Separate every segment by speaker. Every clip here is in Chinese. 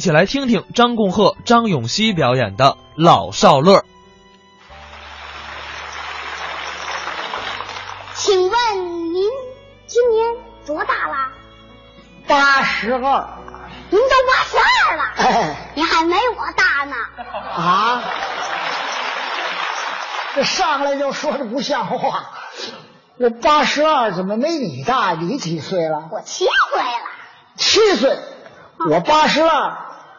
Speaker 1: 一起来听听张共赫、张永熙表演的《老少乐》。
Speaker 2: 请问您今年多大了？
Speaker 3: 八十二
Speaker 2: 您都八十二了，
Speaker 3: 哎
Speaker 2: 您还没我大呢。
Speaker 3: 啊！这上来就说的不像话。我八十二，怎么没你大？你几岁了？
Speaker 2: 我七岁了，
Speaker 3: 七岁。我八十二，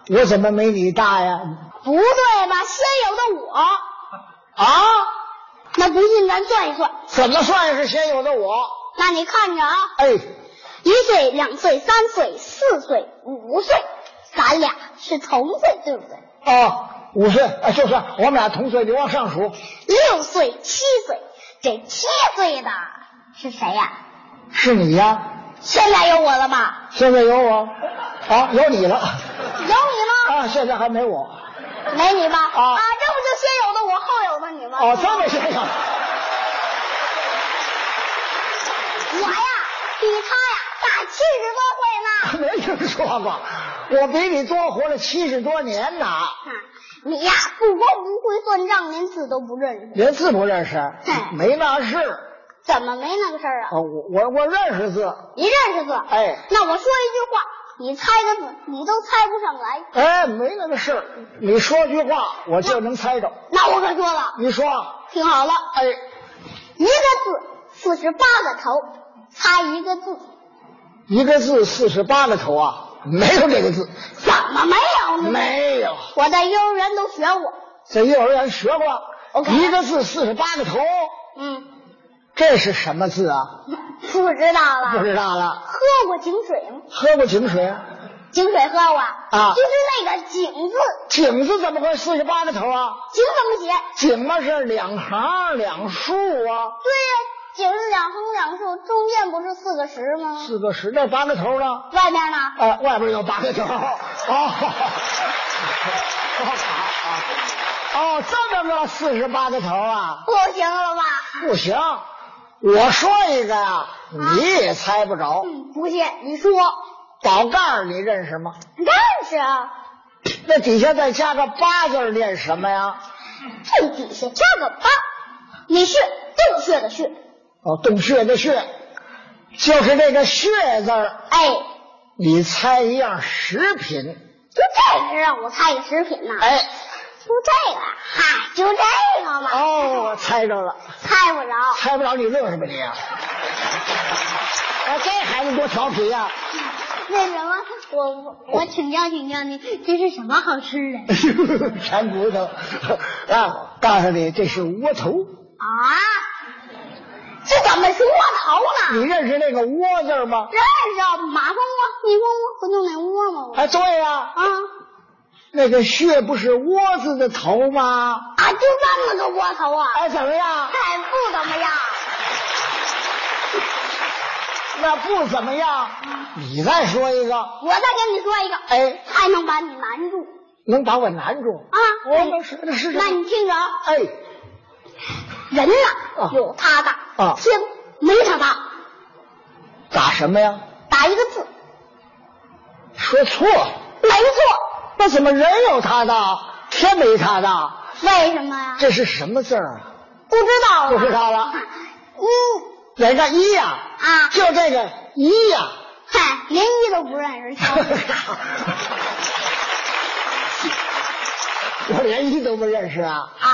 Speaker 3: 我怎么没你大呀？
Speaker 2: 不对吧？先有的我，
Speaker 3: 啊？
Speaker 2: 那不信咱算一算。
Speaker 3: 怎么算是先有的我？
Speaker 2: 那你看着啊，
Speaker 3: 哎，
Speaker 2: 一岁、两岁、三岁、四岁、五岁，咱俩是同岁，对不对？
Speaker 3: 哦，五岁，哎，就是我们俩同岁，你往上数。
Speaker 2: 六岁、七岁，这七岁的是谁呀、
Speaker 3: 是你呀？
Speaker 2: 现在有我了吧？
Speaker 3: 现在有我，啊，有你了，啊，
Speaker 2: 有你吗？
Speaker 3: 现在还没我。
Speaker 2: 没你吧？
Speaker 3: 啊
Speaker 2: 这不就先有的我，后有的你吗？
Speaker 3: 哦，这么想想。
Speaker 2: 我呀，比他呀大七十多岁 呢。
Speaker 3: 没听说过，我比你多活了七十多年呢，
Speaker 2: 啊你呀，不光不会算账，连字都不认识，
Speaker 3: 连字不认识，没那事儿
Speaker 2: 怎么没那个事儿啊
Speaker 3: 啊！？我我我认识字，
Speaker 2: 你认识字？
Speaker 3: 哎
Speaker 2: 那我说一句话，你猜个字，你都猜不上来。
Speaker 3: 哎，没那个事儿。你说句话，我就能猜着。
Speaker 2: 那我可说了，
Speaker 3: 你说，
Speaker 2: 听好了，
Speaker 3: 嗯哎，
Speaker 2: 一个字四十八个头，猜一个字，
Speaker 3: 一个字四十八个头啊，没有这个字，
Speaker 2: 怎么没有呢？
Speaker 3: 没有，
Speaker 2: 我在幼儿园都学我，
Speaker 3: 在幼儿园学过。
Speaker 2: OK
Speaker 3: 一个字四十八个头，
Speaker 2: 嗯，
Speaker 3: 这是什么字啊？
Speaker 2: 不知道了。
Speaker 3: 不知道了。
Speaker 2: 喝过井水吗？
Speaker 3: 喝过井水啊？
Speaker 2: 井水喝过啊
Speaker 3: 啊
Speaker 2: 就是那个井字，
Speaker 3: 井字怎么会四十八个头啊？
Speaker 2: 井怎么写？
Speaker 3: 井嘛是两行两竖啊，
Speaker 2: 对呀，井是两横两竖，中间不是四个十吗？
Speaker 3: 四个十，那八个头呢？
Speaker 2: 外面呢？
Speaker 3: 呃，外边有八个头。哦，哦，这么个四十八个头啊，
Speaker 2: 不行了吧？
Speaker 3: 不行，我说一个呀，你也猜不着。
Speaker 2: 嗯，不信你说，
Speaker 3: 宝盖儿你认识吗？
Speaker 2: 认识啊？
Speaker 3: 那底下再加个八字儿念什么呀？
Speaker 2: 这底下加个八，你是洞穴的穴，
Speaker 3: 哦，洞穴的穴，就是这个穴字儿。
Speaker 2: 哎，
Speaker 3: 你猜一样食品，
Speaker 2: 就这个让我猜个食品呢、
Speaker 3: 哎，
Speaker 2: 就这个，嗨，就这个嘛。
Speaker 3: 哦，我猜着了。
Speaker 2: 猜不着，
Speaker 3: 猜不着你乐什么你啊？哎，这孩子多调皮呀、
Speaker 2: 那什么，我我我请教请教您，这是什么好吃的
Speaker 3: 馋骨头啊！告诉你，这是窝头。
Speaker 2: 啊？这怎么是窝头呢？
Speaker 3: 你认识那个窝字儿吗？
Speaker 2: 认识啊，马蜂窝、蜜蜂窝，不就那窝吗？
Speaker 3: 哎，对呀、
Speaker 2: 啊
Speaker 3: 那个穴不是窝字的头吗？
Speaker 2: 啊，就这么个窝头啊？
Speaker 3: 哎，怎么样？
Speaker 2: 哎，不怎么样。
Speaker 3: 那不怎么样。你再说一个，
Speaker 2: 我再跟你说一个，
Speaker 3: 哎，
Speaker 2: 还能把你难住
Speaker 3: 能把我难住
Speaker 2: 啊？
Speaker 3: 我们是那是什
Speaker 2: 那
Speaker 3: 么？
Speaker 2: 你听着啊，
Speaker 3: 哎，
Speaker 2: 人
Speaker 3: 啊
Speaker 2: 呐有他大，
Speaker 3: 啊
Speaker 2: 天没他大，
Speaker 3: 打什么呀？
Speaker 2: 打一个字，
Speaker 3: 说错了。
Speaker 2: 没错。
Speaker 3: 那怎么人有他大，天没他大？
Speaker 2: 为什么呀？
Speaker 3: 这是什么字儿啊？
Speaker 2: 不知道了，
Speaker 3: 不知道了
Speaker 2: 嗯
Speaker 3: 哪个一呀、
Speaker 2: 啊，
Speaker 3: 就这个一呀、
Speaker 2: 嗨，连一都不认识，瞧你
Speaker 3: 我连一都不认识啊，
Speaker 2: 啊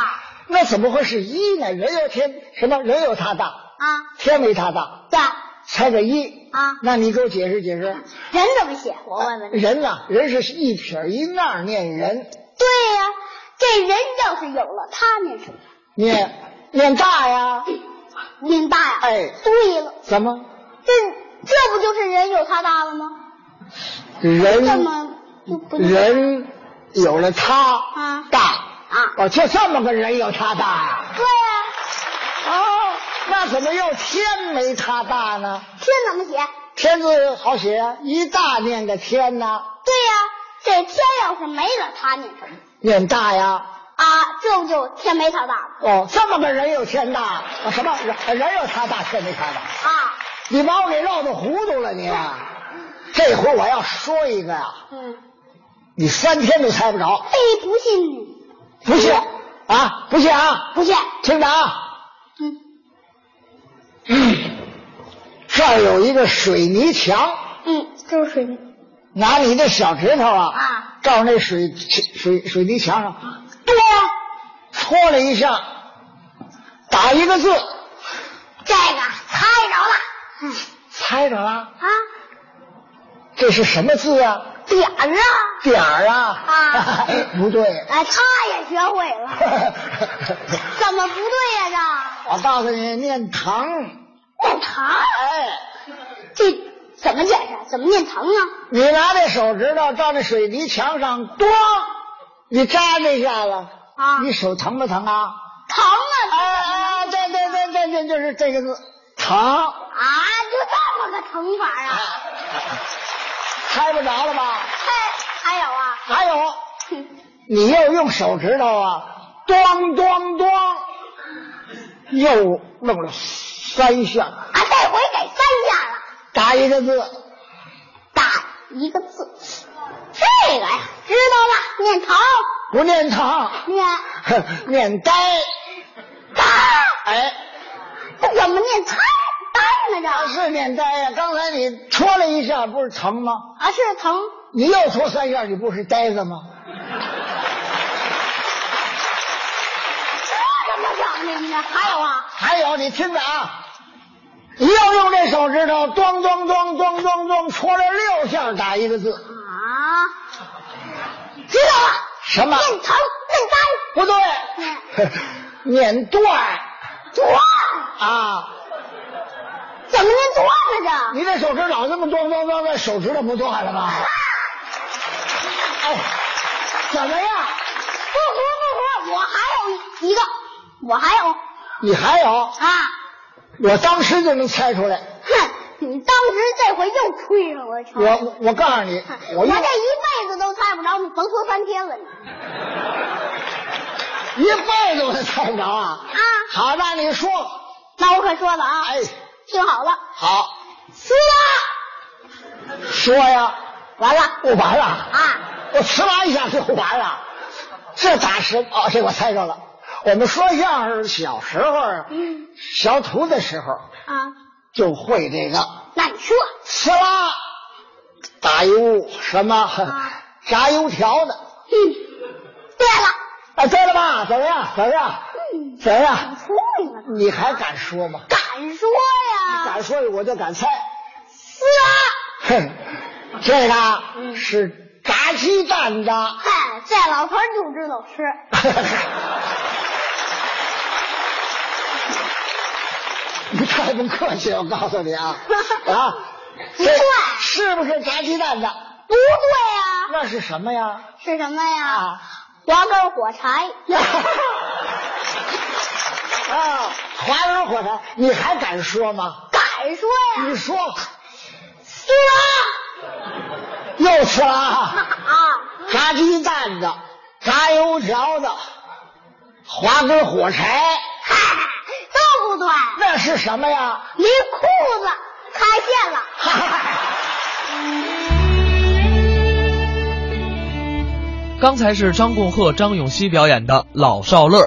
Speaker 3: 那怎么会是一呢？人有天什么？人有他大，
Speaker 2: 啊，
Speaker 3: 天没他大，
Speaker 2: 对，
Speaker 3: 猜个一
Speaker 2: 啊
Speaker 3: 那你给我解释解释。
Speaker 2: 人怎么写？啊我问问你。
Speaker 3: 人呐、人是一撇一捺念人，
Speaker 2: 对呀、这人要是有了他念什么？
Speaker 3: 念念大呀，
Speaker 2: 念大呀。
Speaker 3: 哎
Speaker 2: 对了，
Speaker 3: 怎么
Speaker 2: 这这不就是人有他大了吗？
Speaker 3: 人
Speaker 2: 这么不不
Speaker 3: 嗯人有了他
Speaker 2: 啊
Speaker 3: 大
Speaker 2: 啊？
Speaker 3: 哦，就这么个人有他大呀、
Speaker 2: 对呀、
Speaker 3: 哦，那怎么又天没他大呢？
Speaker 2: 天怎么写？对呀、
Speaker 3: 天字好写啊，一大念个天呐、
Speaker 2: 这天要是没了他念什么？
Speaker 3: 念大呀。
Speaker 2: 啊，这不就天没他大了
Speaker 3: 哦，这么个人有天大，啊、什么人人有他大，天没他大？
Speaker 2: 啊？
Speaker 3: 你把啊我给绕的糊涂了你、这回我要说一个呀、
Speaker 2: 嗯，
Speaker 3: 你翻天都猜不着。
Speaker 2: 哎，不信你，
Speaker 3: 不信啊？不信啊？
Speaker 2: 不信，
Speaker 3: 听着啊，嗯
Speaker 2: 嗯，
Speaker 3: 这儿有一个水泥墙，
Speaker 2: 嗯，就是水泥
Speaker 3: 拿你的小指头啊，
Speaker 2: 啊
Speaker 3: 照那水水水泥墙上
Speaker 2: 对呀、
Speaker 3: 戳了一下，打一个字，
Speaker 2: 这个猜着了，嗯
Speaker 3: 猜着了，
Speaker 2: 啊，
Speaker 3: 这是什么字啊？
Speaker 2: 点儿啊，
Speaker 3: 点儿啊？
Speaker 2: 啊
Speaker 3: 不对。
Speaker 2: 哎，他也学会了， 怎么不对呀、
Speaker 3: 我告诉你，念唐，
Speaker 2: 这念糖，哎，这怎么解释？怎么念糖啊？
Speaker 3: 你拿这手指头照那水泥墙上咣，你扎那下子，
Speaker 2: 啊
Speaker 3: 你手疼不疼啊？
Speaker 2: 糖
Speaker 3: 哎
Speaker 2: 啊，
Speaker 3: 哎，对对对对对，就是这个字，疼，
Speaker 2: 啊，就这么个疼法啊？
Speaker 3: 猜不着了吧？
Speaker 2: 嘿，还有啊，
Speaker 3: 还有，
Speaker 2: 哼
Speaker 3: 你又用手指头啊，咣咣咣，又弄了三下，
Speaker 2: 啊，这回给三下了。
Speaker 3: 打一个字，
Speaker 2: 打一个字，这个呀，知道了，念头，
Speaker 3: 不念疼，
Speaker 2: 念
Speaker 3: 哼 念呆，
Speaker 2: 呆，
Speaker 3: 哎，
Speaker 2: 这怎么念呆呆呢？这
Speaker 3: 啊是念呆呀、刚才你戳了一下，不是疼吗？
Speaker 2: 啊是疼，
Speaker 3: 你又戳三下，你不是呆子吗？
Speaker 2: 这怎么讲的呢？还有啊，
Speaker 3: 还有，你听着啊，你又用这手指头咚咚咚咚咚咚戳了六下，打一个字，
Speaker 2: 啊，知道了，
Speaker 3: 什么？
Speaker 2: 念头念
Speaker 3: 不对，
Speaker 2: 嗯
Speaker 3: 念断
Speaker 2: 呆，断，
Speaker 3: 啊！
Speaker 2: 怎么念断呢？
Speaker 3: 你这手指老这么咚咚咚的，手指头不断了吗？
Speaker 2: 啊
Speaker 3: 哎，怎么样？
Speaker 2: 这不服不服，我还有一个，我还有
Speaker 3: 你还有？
Speaker 2: 啊，
Speaker 3: 我当时就能猜出来。
Speaker 2: 哼，你当时这回又吹上了，瞧
Speaker 3: 我我告诉你，
Speaker 2: 啊我
Speaker 3: 我
Speaker 2: 这
Speaker 3: 用
Speaker 2: 一辈子都猜不着，你甭说三天了你
Speaker 3: 一辈子我都猜不着啊。
Speaker 2: 啊！
Speaker 3: 好，那你说，
Speaker 2: 那我可说了啊，
Speaker 3: 哎，
Speaker 2: 听好了，
Speaker 3: 好，
Speaker 2: 撕拉，
Speaker 3: 说呀，
Speaker 2: 完了
Speaker 3: 我完了，
Speaker 2: 啊！
Speaker 3: 我呲啦一下就完了，这咋是？哦，这我猜着了。我们说相声小时候啊，
Speaker 2: 嗯
Speaker 3: 学徒的时候
Speaker 2: 啊，
Speaker 3: 就会这个。
Speaker 2: 那你说
Speaker 3: 呲啦，打一物什么
Speaker 2: 啊
Speaker 3: 炸油条的。
Speaker 2: 嗯，对了，
Speaker 3: 啊，对了吧？怎么样？怎么样？
Speaker 2: 嗯，
Speaker 3: 怎么
Speaker 2: 你
Speaker 3: 样？
Speaker 2: 出去了，
Speaker 3: 你还敢说吗？
Speaker 2: 敢说呀？
Speaker 3: 敢说我就敢猜。
Speaker 2: 撕拉，
Speaker 3: 哼，这个
Speaker 2: 嗯
Speaker 3: 是炸鸡蛋的。
Speaker 2: 嗨，这老头儿就知道吃，
Speaker 3: 你太不客气了，我告诉你啊啊，
Speaker 2: 不
Speaker 3: 这
Speaker 2: 对
Speaker 3: 是不是炸鸡蛋的？
Speaker 2: 不对呀？
Speaker 3: 那是什么呀？
Speaker 2: 啊是什么呀？
Speaker 3: 啊。
Speaker 2: 滑根火柴，
Speaker 3: 啊，华人火柴，你还敢说吗？
Speaker 2: 敢说
Speaker 3: 你
Speaker 2: 呀？
Speaker 3: 说，
Speaker 2: 撕拉
Speaker 3: 又吃了啊
Speaker 2: 啊！
Speaker 3: 炸鸡蛋的，炸油条的，划根火柴，
Speaker 2: 嗨，都不对，
Speaker 3: 那是什么呀？
Speaker 2: 你裤子开线了。
Speaker 3: 哈哈
Speaker 1: 刚才是张共和、张永熙表演的《老少乐》。